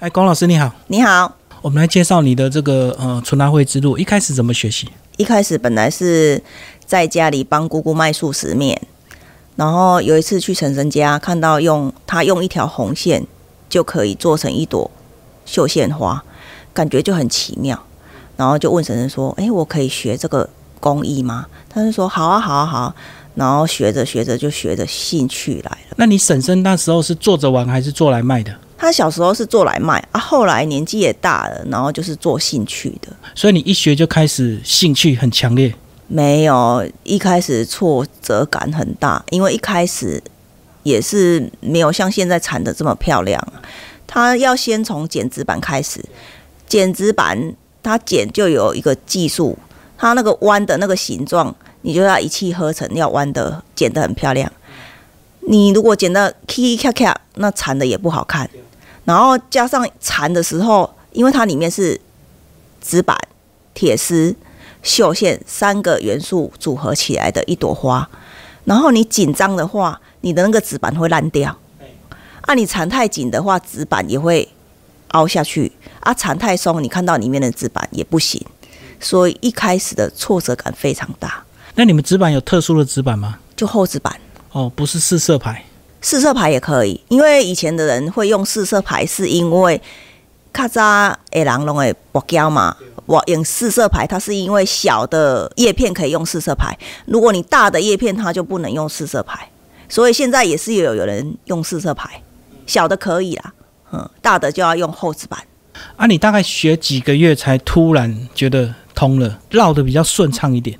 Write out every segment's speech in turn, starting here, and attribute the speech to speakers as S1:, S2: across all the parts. S1: 哎，龚老师你好，
S2: 你好，
S1: 我们来介绍你的这个呃纯拉会之路，一开始怎么学习？
S2: 一开始本来是在家里帮姑姑卖素食面，然后有一次去婶婶家，看到用她用一条红线就可以做成一朵绣线花，感觉就很奇妙，然后就问婶婶说：“诶，我可以学这个工艺吗？”她就说：“好啊，好啊，好啊。”然后学着学着就学着兴趣来了。
S1: 那你婶婶那时候是做着玩还是做来卖的？
S2: 她小时候是做来卖啊，后来年纪也大了，然后就是做兴趣的。
S1: 所以你一学就开始兴趣很强烈，
S2: 没有，一开始挫折感很大，因为一开始也是没有像现在产的这么漂亮啊。它要先从剪纸板开始，剪纸板它剪就有一个技术，它那个弯的那个形状，你就要一气呵成，要弯的剪得很漂亮。你如果剪到 K K 咔咔，啊那缠的也不好看。然后加上缠的时候，因为它里面是纸板、铁丝，绣线三个元素组合起来的一朵花。然后你紧张的话，你的那个纸板会烂掉。啊，你缠太紧的话，纸板也会凹下去。啊，缠太松，你看到里面的纸板也不行。所以一开始的挫折感非常大，
S1: 那你们纸板有特殊的纸板吗？
S2: 就厚纸板。
S1: 哦，不是四色牌，
S2: 四色牌也可以，因为以前的人会用四色牌，是因为较早的人拢会博胶嘛。我用四色牌，它是因为小的叶片可以用四色牌，如果你大的叶片，它就不能用四色牌。所以现在也是有有人用四色牌，小的可以啦，嗯，大的就要用厚纸板。
S1: 啊，你大概学几个月才突然觉得通了，绕的比较顺畅一点。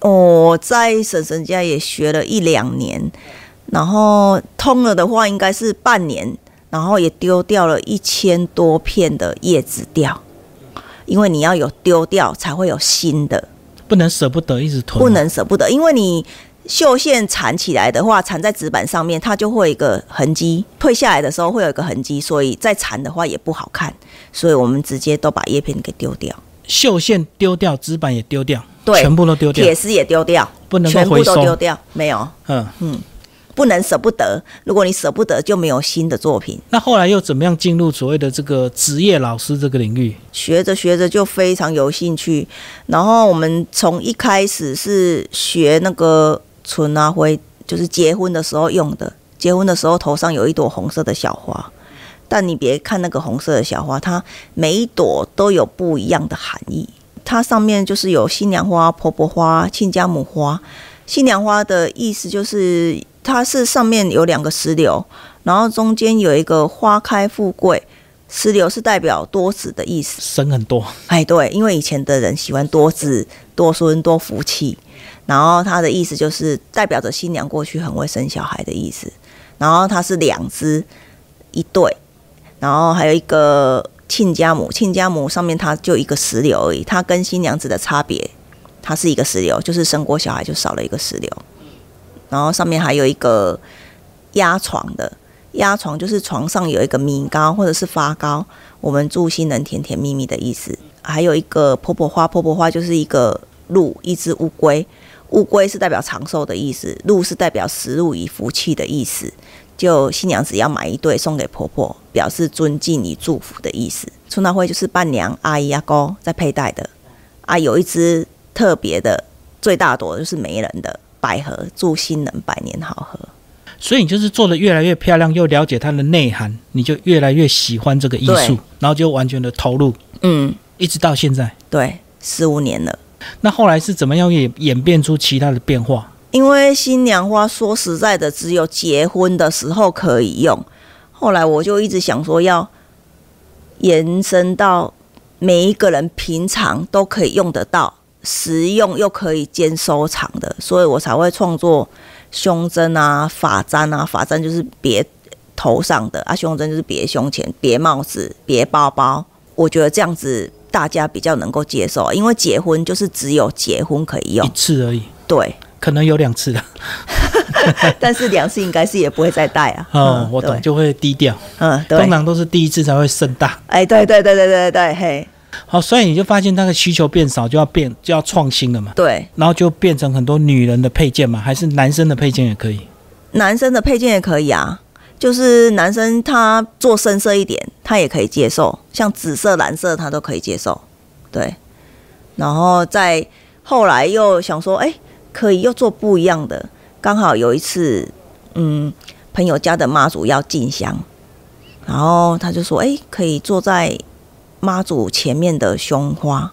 S2: 我在婶婶家也学了一两年，然后通了的话应该是半年，然后也丢掉了一千多片的叶子掉，因为你要有丢掉才会有新的，
S1: 不能舍不得一直囤，哦
S2: 不能舍不得，因为你绣线缠起来的话，缠在纸板上面，它就会有一个痕迹，退下来的时候会有一个痕迹，所以再缠的话也不好看，所以我们直接都把叶片给丢掉，
S1: 绣线丢掉，纸板也丢掉，
S2: 对
S1: 全部都丢掉
S2: 铁，丝也丢掉，
S1: 不能够
S2: 全部
S1: 回
S2: 都丢
S1: 收。
S2: 掉，没有。
S1: 嗯，
S2: 不能舍不得。如果你舍不得，就没有新的作品。
S1: 那后来又怎么样进入所谓的这个职业老师这个领域？
S2: 学着学着就非常有兴趣。然后我们从一开始是学那个纯啊灰，就是结婚的时候用的。结婚的时候头上有一朵红色的小花，但你别看那个红色的小花，它每一朵都有不一样的含义。它上面就是有新娘花、婆婆花、亲家母花。新娘花的意思就是，它是上面有两个石榴，然后中间有一个花开富贵，石榴是代表多子的意思。
S1: 生很多，
S2: 哎，对，因为以前的人喜欢多子多孙多福气，然后他的意思就是代表着新娘过去很会生小孩的意思。然后它是两只一对，然后还有一个亲家母，亲家母上面它就一个石榴而已，它跟新娘子的差别，它是一个石榴，就是生过小孩就少了一个石榴。然后上面还有一个压床的，压床就是床上有一个米糕或者是发糕，我们祝新人甜甜蜜蜜的意思。还有一个婆婆花，婆婆花就是一个鹿，一只乌龟。乌龟是代表长寿的意思，鹿是代表食禄与福气的意思。就新娘子要买一对送给婆婆，表示尊敬与祝福的意思。春大会就是伴娘、阿姨、阿啊公在佩戴的。啊，有一只特别的，最大朵就是媒人的百合，祝新人百年好合。
S1: 所以你就是做的越来越漂亮，又了解它的内涵，你就越来越喜欢这个艺术
S2: 对，
S1: 然后就完全的投入，
S2: 嗯，
S1: 一直到现在。
S2: 对，十五年了。
S1: 那后来是怎么样演演变出其他的变化？
S2: 因为新娘花说实在的，只有结婚的时候可以用。后来我就一直想说要延伸到每一个人平常都可以用得到、实用又可以兼收藏的，所以我才会创作胸针啊、发簪啊。发簪就是别头上的啊，胸针就是别胸前、别帽子、别包包。我觉得这样子大家比较能够接受，啊因为结婚就是只有结婚可以
S1: 一
S2: 用，
S1: 次而已，
S2: 对。
S1: 可能有两次了。
S2: 但是两次应该是也不会再戴啊。
S1: 哦，我懂，
S2: 对，
S1: 就会低调。
S2: 嗯，对
S1: 通，常都是第一次才会盛大。
S2: 哎，对对对对对对，嘿，
S1: 好，所以你就发现那个需求变少，就要变就要创新了嘛，
S2: 对，
S1: 然后就变成很多女人的配件嘛，还是男生的配件也可以。
S2: 男生的配件也可以啊，就是男生他做深色一点，他也可以接受，像紫色、蓝色他都可以接受，对。然后再后来又想说，哎，可以又做不一样的。刚好有一次，嗯，朋友家的妈祖要进香，然后他就说，哎，可以坐在妈祖前面的胸花。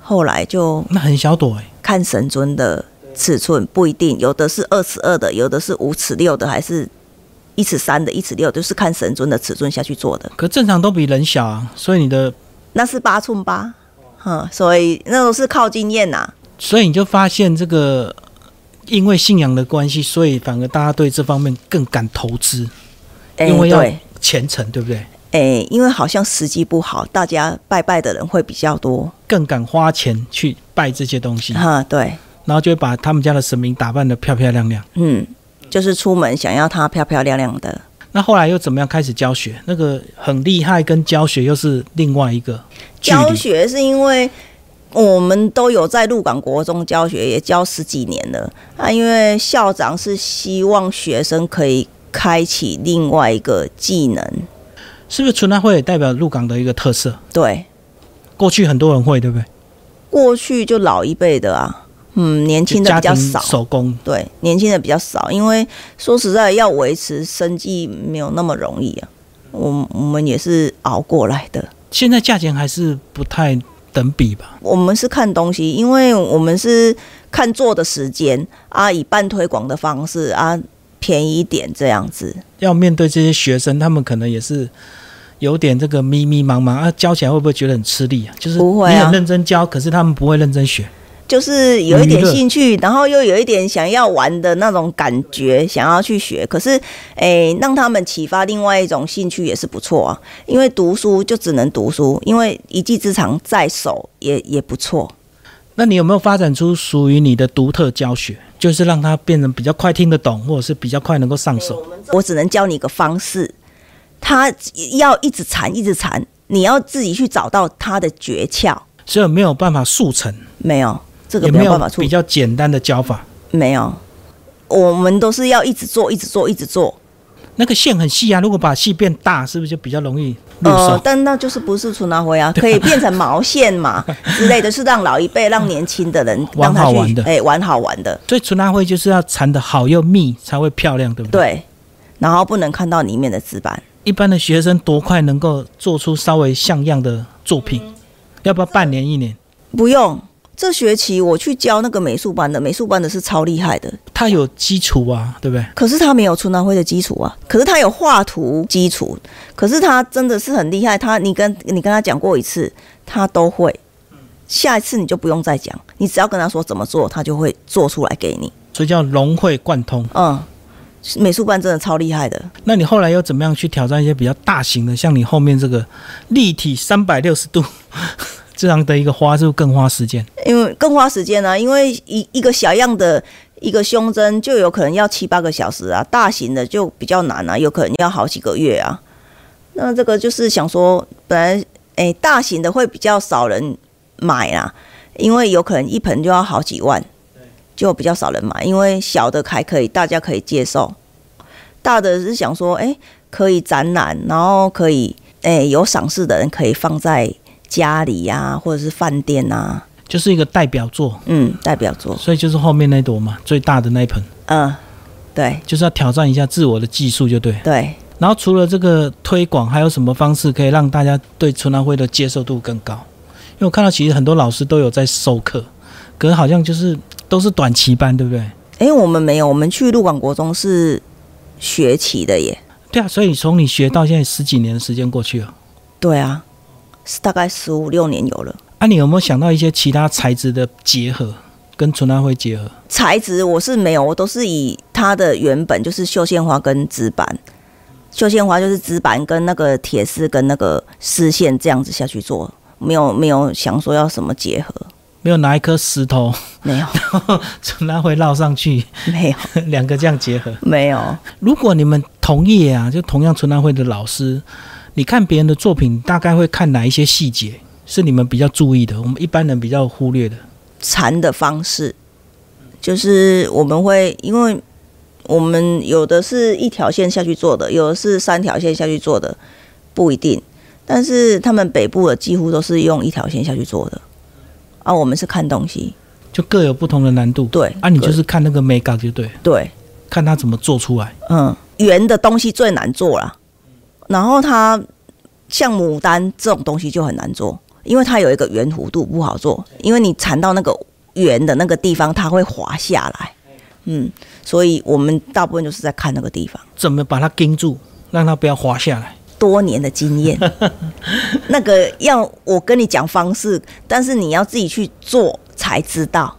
S2: 后来就
S1: 那很小朵哎、
S2: 看神尊的尺寸不一定，有的是二尺二的，有的是五尺六的，还是一尺三的、一尺六，就是看神尊的尺寸下去做的。
S1: 可正常都比人小啊，所以你的，
S2: 那是八寸八，嗯，所以那都是靠经验呐、
S1: 所以你就发现这个，因为信仰的关系，所以反而大家对这方面更敢投资，
S2: 哎
S1: 因为要
S2: 对，
S1: 虔诚，对不对？
S2: 哎、因为好像时机不好，大家拜拜的人会比较多，
S1: 更敢花钱去拜这些东西，
S2: 哈、对，
S1: 然后就会把他们家的神明打扮得漂漂亮亮。
S2: 嗯，就是出门想要它漂漂亮亮的。
S1: 那后来又怎么样开始教学？那个很厉害，跟教学又是另外一个距
S2: 教
S1: 离。
S2: 学是因为我们都有在鹿港国中教学，也教十几年了。啊，因为校长是希望学生可以开启另外一个技能，
S1: 是不是纯爱会也代表鹿港的一个特色？
S2: 对，
S1: 过去很多人会，对不对？
S2: 过去就老一辈的啊，嗯，年轻的
S1: 家
S2: 比较
S1: 庭
S2: 少，
S1: 手工
S2: 对，年轻的比较少，因为说实在，要维持生计没有那么容易啊。我我们也是熬过来的。
S1: 现在价钱还是不太等比吧？
S2: 我们是看东西，因为我们是看做的时间啊，以半推广的方式啊，便宜一点这样子。
S1: 要面对这些学生，他们可能也是有点这个迷迷茫茫啊，教起来会不会觉得很吃力啊？就是
S2: 不会啊
S1: 你很认真教，可是他们不会认真学。
S2: 就是有一点
S1: 娱乐
S2: 兴趣，然后又有一点想要玩的那种感觉，想要去学。可是，诶、让他们启发另外一种兴趣也是不错啊。因为读书就只能读书，因为一技之长在手也也不错。
S1: 那你有没有发展出属于你的独特教学？就是让它变成比较快听得懂，或者是比较快能够上手。
S2: 我只能教你一个方式，他要一直缠，一直缠，你要自己去找到他的诀窍。
S1: 所以没有办法速成，
S2: 没有，这个
S1: 也
S2: 没
S1: 没
S2: 有
S1: 有
S2: 办法处
S1: 比
S2: 理，
S1: 较简单的教法。
S2: 没有。我们都是要一直做，一直做，一直做。
S1: 那个线很细啊，如果把细变大，是不是就比较容易入手？
S2: 呃，但那就是不是纯拿灰啊，可以变成毛 线嘛之类的，是让老一辈、让年轻的人
S1: 玩
S2: 让他
S1: 好
S2: 去
S1: 玩的嗯
S2: 哎、玩好玩的，
S1: 所以纯拉灰就是要缠得好又密才会漂亮，对不对？
S2: 对。然后不能看到里面的字板，
S1: 一般的学生多快能够做出稍微像样的作品？要不要半年一年？
S2: 不用。这学期我去教那个美术班的，美术班的是超厉害的，
S1: 他有基础啊，对不对？
S2: 可是他没有春兰会的基础啊，可是他有画图基础，可是他真的是很厉害。他你跟你跟他讲过一次，他都会，下一次你就不用再讲，你只要跟他说怎么做，他就会做出来给你。
S1: 所以叫融会贯通。
S2: 嗯，美术班真的超厉害的。
S1: 那你后来又怎么样去挑战一些比较大型的，像你后面这个立体三百六十度 这样的一个花，是不是更花时间？
S2: 因为更花时间啊，因为一一个小样的一个胸针就有可能要七八个小时啊，大型的就比较难啊，有可能要好几个月啊。那这个就是想说，本来诶、大型的会比较少人买啦，因为有可能一盆就要好几万，就比较少人买，因为小的还可以，大家可以接受。大的是想说，诶、可以展览，然后可以诶、有赏识的人可以放在家里呀、或者是饭店啊。
S1: 就是一个代表作，
S2: 嗯，代表作，
S1: 所以就是后面那朵嘛，最大的那一盆，
S2: 嗯，对
S1: 就是要挑战一下自我的技术，就对。
S2: 对，
S1: 然后除了这个推广，还有什么方式可以让大家对纯蓝灰的接受度更高？因为我看到其实很多老师都有在授课，可是好像就是都是短期班，对不对？
S2: 哎、我们没有，我们去鹿港国中是学期的耶，
S1: 对啊，所以从你学到现在十几年的时间过去了，
S2: 对啊，是大概十五六年有了。
S1: 啊，你有没有想到一些其他材质的结合，跟纯蓝灰结合？
S2: 材质我是没有，我都是以它的原本就是绣线花跟纸板，绣线花就是纸板跟那个铁丝跟那个丝线这样子下去做，没有没有想说要什么结合，
S1: 没有拿一颗石头
S2: 没有
S1: 纯蓝灰绕上去，
S2: 没有
S1: 两个这样结合。
S2: 没有，
S1: 如果你们同业啊，就同样纯蓝灰的老师，你看别人的作品，大概会看哪一些细节是你们比较注意的，我们一般人比较忽略的？
S2: 缠的方式，就是我们会因为我们有的是一条线下去做的，有的是三条线下去做的，不一定。但是他们北部的几乎都是用一条线下去做的，啊，我们是看东西，
S1: 就各有不同的难度。
S2: 对，
S1: 啊，你就是看那个美感就对，
S2: 对，
S1: 看他怎么做出来。
S2: 嗯，圆的东西最难做啦。然后它像牡丹这种东西就很难做，因为它有一个圆弧度不好做，因为你缠到那个圆的那个地方，它会滑下来。嗯，所以我们大部分就是在看那个地方，
S1: 怎么把它盯住，让它不要滑下来。
S2: 多年的经验。 那个要我跟你讲方式，但是你要自己去做才知道。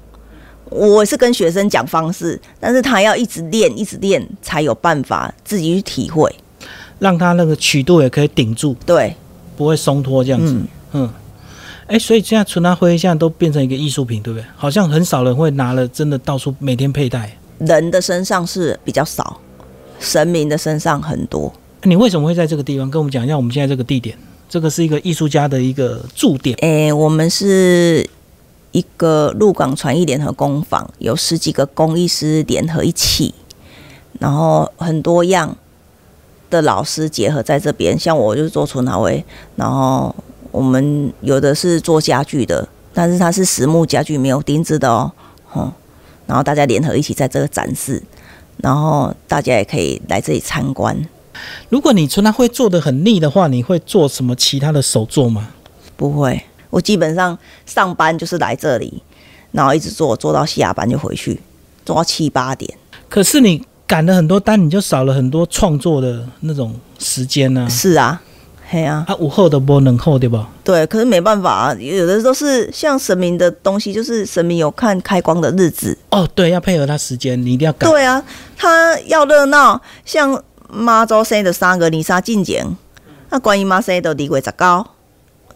S2: 我是跟学生讲方式，但是他要一直练，一直练才有办法自己去体会。
S1: 让它那个曲度也可以顶住，
S2: 对，
S1: 不会松脱这样子。
S2: 嗯，
S1: 哎，所以现在纯拿灰现在都变成一个艺术品，对不对？好像很少人会拿了，真的到处每天佩戴。
S2: 人的身上是比较少，神明的身上很多。
S1: 你为什么会在这个地方？跟我们讲一下我们现在这个地点。这个是一个艺术家的一个驻点，
S2: 诶、我们是一个鹿港传艺联合工坊，有十几个工艺师联合一起，然后很多样的老师结合在这边。像我就是做纯陶威，然后我们有的是做家具的，但是它是实木家具，没有钉子的哦。嗯，然后大家联合一起在这个展示，然后大家也可以来这里参观。
S1: 如果你纯拿灰做的很腻的话，你会做什么其他的手作吗？
S2: 不会，我基本上上班就是来这里，然后一直做做到下班就回去，做到七八点。
S1: 可是你赶了很多单，你就少了很多创作的那种时间呢、
S2: 是啊，嘿啊，
S1: 啊。午后的波能后对吧？
S2: 对，可是没办法、啊，有的都是像神明的东西，就是神明有看开光的日子。
S1: 哦，对，要配合他时间，你一定要赶。
S2: 对啊，他要热闹，像妈祖生的三个泥沙进前，那观音妈生的李鬼十高，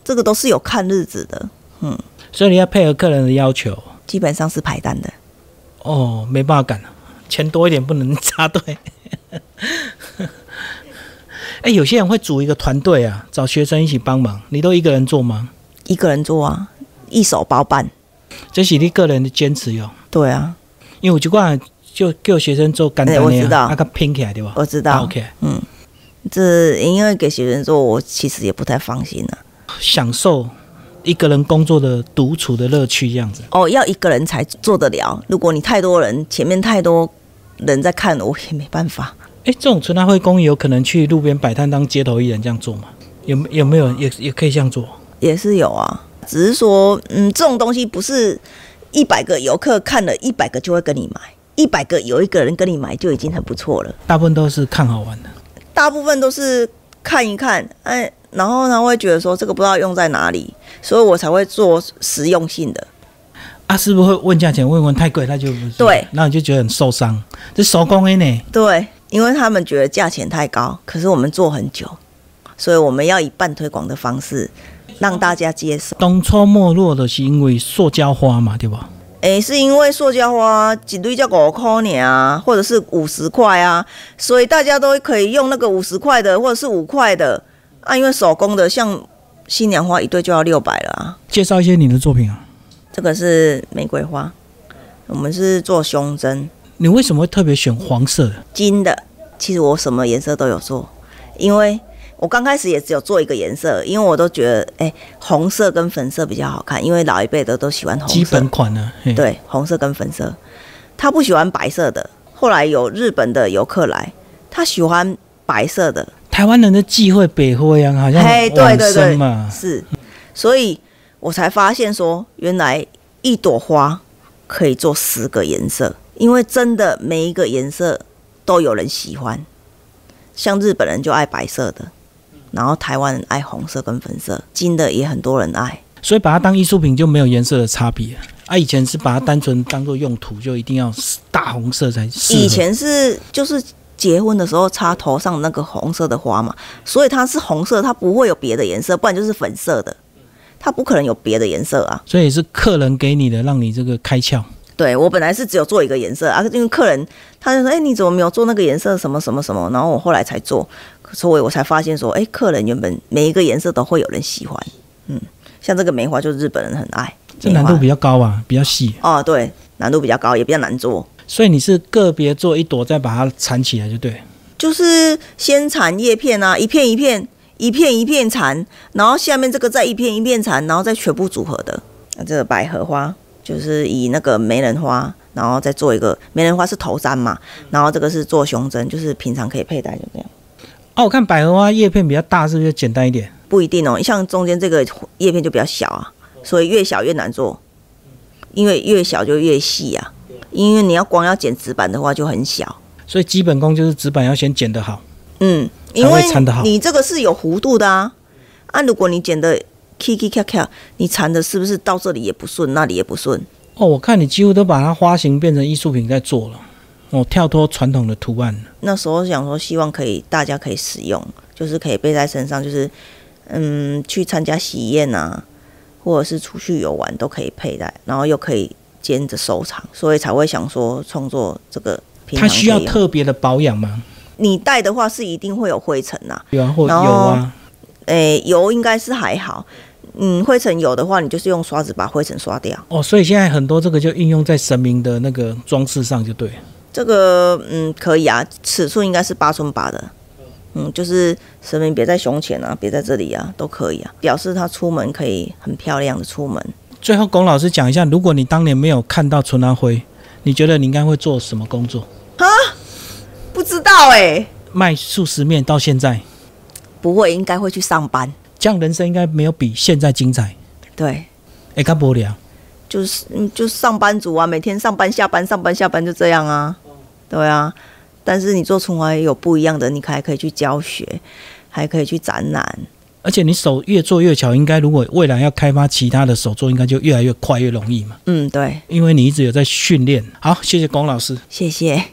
S2: 这个都是有看日子的，
S1: 所以你要配合客人的要求。
S2: 基本上是排单的。
S1: 哦，没办法赶了，钱多一点不能插队。 哎、有些人会组一个团队啊，找学生一起帮忙，你都一个人做吗？
S2: 一个人做啊，一手包办。
S1: 这是你个人的坚持哟。
S2: 对啊，
S1: 因为有一寡就叫学生做简单
S2: 哎
S1: 的、
S2: 我知道
S1: 啊，个拼起来对吧？啊
S2: 我知道。
S1: OK，
S2: 嗯，这因为给学生做，我其实也不太放心啊了、
S1: 享受一个人工作的独处的乐趣，这样子。
S2: 哦，要一个人才做得了，如果你太多人，前面太多人在看，我也没办法。
S1: 哎，这种纯爱会公益有可能去路边摆摊当街头艺人这样做吗？有没有没有也也可以这样做？
S2: 也是有啊，只是说，嗯，这种东西不是一百个游客看了一百个就会跟你买，一百个有一个人跟你买就已经很不错了。
S1: 大部分都是看好玩的。
S2: 大部分都是看一看，哎，然后他会觉得说这个不知道用在哪里，所以我才会做实用性的。
S1: 啊，是不是会问价钱？问问太贵，他就不
S2: 对，
S1: 那你就觉得很受伤。这手工的呢，
S2: 对，因为他们觉得价钱太高，可是我们做很久，所以我们要以半推广的方式让大家接受。
S1: 当初没落的是因为塑胶花嘛，对吧？
S2: 诶，是因为塑胶花几堆叫五块呢啊，或者是五十块啊，所以大家都可以用那个五十块的，或者是五块的啊，因为手工的像新娘花一对就要六百了啊。
S1: 介绍一些你的作品啊。
S2: 这个是玫瑰花，我们是做胸针，
S1: 你为什么会特别选黄色的？
S2: 金的，其实我什么颜色都有做，因为我刚开始也只有做一个颜色，因为我都觉得哎、红色跟粉色比较好看，因为老一辈的都喜欢红色，
S1: 基本款呢、嘿，
S2: 对红色跟粉色，他不喜欢白色的。后来有日本的游客来，他喜欢白色的，
S1: 台湾人的忌讳北灰啊，好像
S2: 嘿，对
S1: 往
S2: 对
S1: 生
S2: 对
S1: 嘛，，
S2: 是，所以我才发现说，原来一朵花可以做十个颜色，因为真的每一个颜色都有人喜欢，像日本人就爱白色的，然后台湾人爱红色跟粉色，金的也很多人爱，
S1: 所以把它当艺术品就没有颜色的差别啊。以前是把它单纯当做用途，就一定要大红色才适合。
S2: 以前是就是。结婚的时候插头上那个红色的花嘛，所以它是红色，它不会有别的颜色，不然就是粉色的，它不可能有别的颜色啊。
S1: 所以是客人给你的，让你这个开窍。
S2: 对我本来是只有做一个颜色啊，因为客人他就说：“哎、你怎么没有做那个颜色？什么什么什么？”然后我后来才做，所以我才发现说：“哎、客人原本每一个颜色都会有人喜欢。”嗯，像这个梅花就日本人很爱，
S1: 这难度
S2: 梅
S1: 比较高啊，比较细，
S2: 花哦，对，难度比较高，也比较难做。
S1: 所以你是个别做一朵，再把它缠起来就对。
S2: 就是先缠叶片啊，一片一片，一片一片缠，然后下面这个再一片一片缠，然后再全部组合的。那这个百合花就是以那个梅人花，然后再做一个梅人花是头簪嘛，然后这个是做胸针，就是平常可以佩戴就这样。
S1: 哦，我看百合花叶片比较大，是不是就简单一点？
S2: 不一定哦，像中间这个叶片就比较小啊，所以越小越难做，因为越小就越细啊。因为你要光要剪纸板的话就很小，
S1: 所以基本功就是纸板要先剪得好。
S2: 嗯，
S1: 才
S2: 因
S1: 会
S2: 为
S1: 缠得好
S2: 你这个是有弧度的啊。啊，如果你剪的 k i k i k a 你缠的是不是到这里也不顺，那里也不顺？
S1: 哦，我看你几乎都把它花型变成艺术品在做了，哦，跳脱传统的图案了。
S2: 那时候想说，希望可以大家可以使用，就是可以背在身上，就是嗯，去参加喜宴啊，或者是出去游玩都可以佩戴，然后又可以兼着收藏，所以才会想说创作这个平
S1: 它
S2: 常
S1: 需要
S2: 可以用
S1: 特别的保养吗？
S2: 你戴的话是一定会有灰尘呐、啊，
S1: 有啊，或有
S2: 然后
S1: 啊，
S2: 诶、油应该是还好，嗯，灰尘有的话，你就是用刷子把灰尘刷掉。
S1: 哦，所以现在很多这个就应用在神明的那个装饰上就对了。
S2: 这个嗯可以啊，尺寸应该是八寸八的，嗯，就是神明别在胸前啊，别在这里啊，都可以啊，表示他出门可以很漂亮的出门。
S1: 最后，龚老师讲一下，如果你当年没有看到纯阿辉，你觉得你应该会做什么工作？
S2: 不知道哎、
S1: 卖素食面到现在，
S2: 不会，应该会去上班。
S1: 这样人生应该没有比现在精彩。
S2: 对，
S1: 哎，卡不了，
S2: 就是嗯，就是上班族啊，每天上班下班，上班下班就这样啊，对啊。但是你做春华也有不一样的，你还可以去教学，还可以去展览，
S1: 而且你手越做越巧，应该如果未来要开发其他的手作，应该就越来越快越容易嘛，
S2: 嗯，对，
S1: 因为你一直有在训练。好，谢谢龚老师。
S2: 谢谢。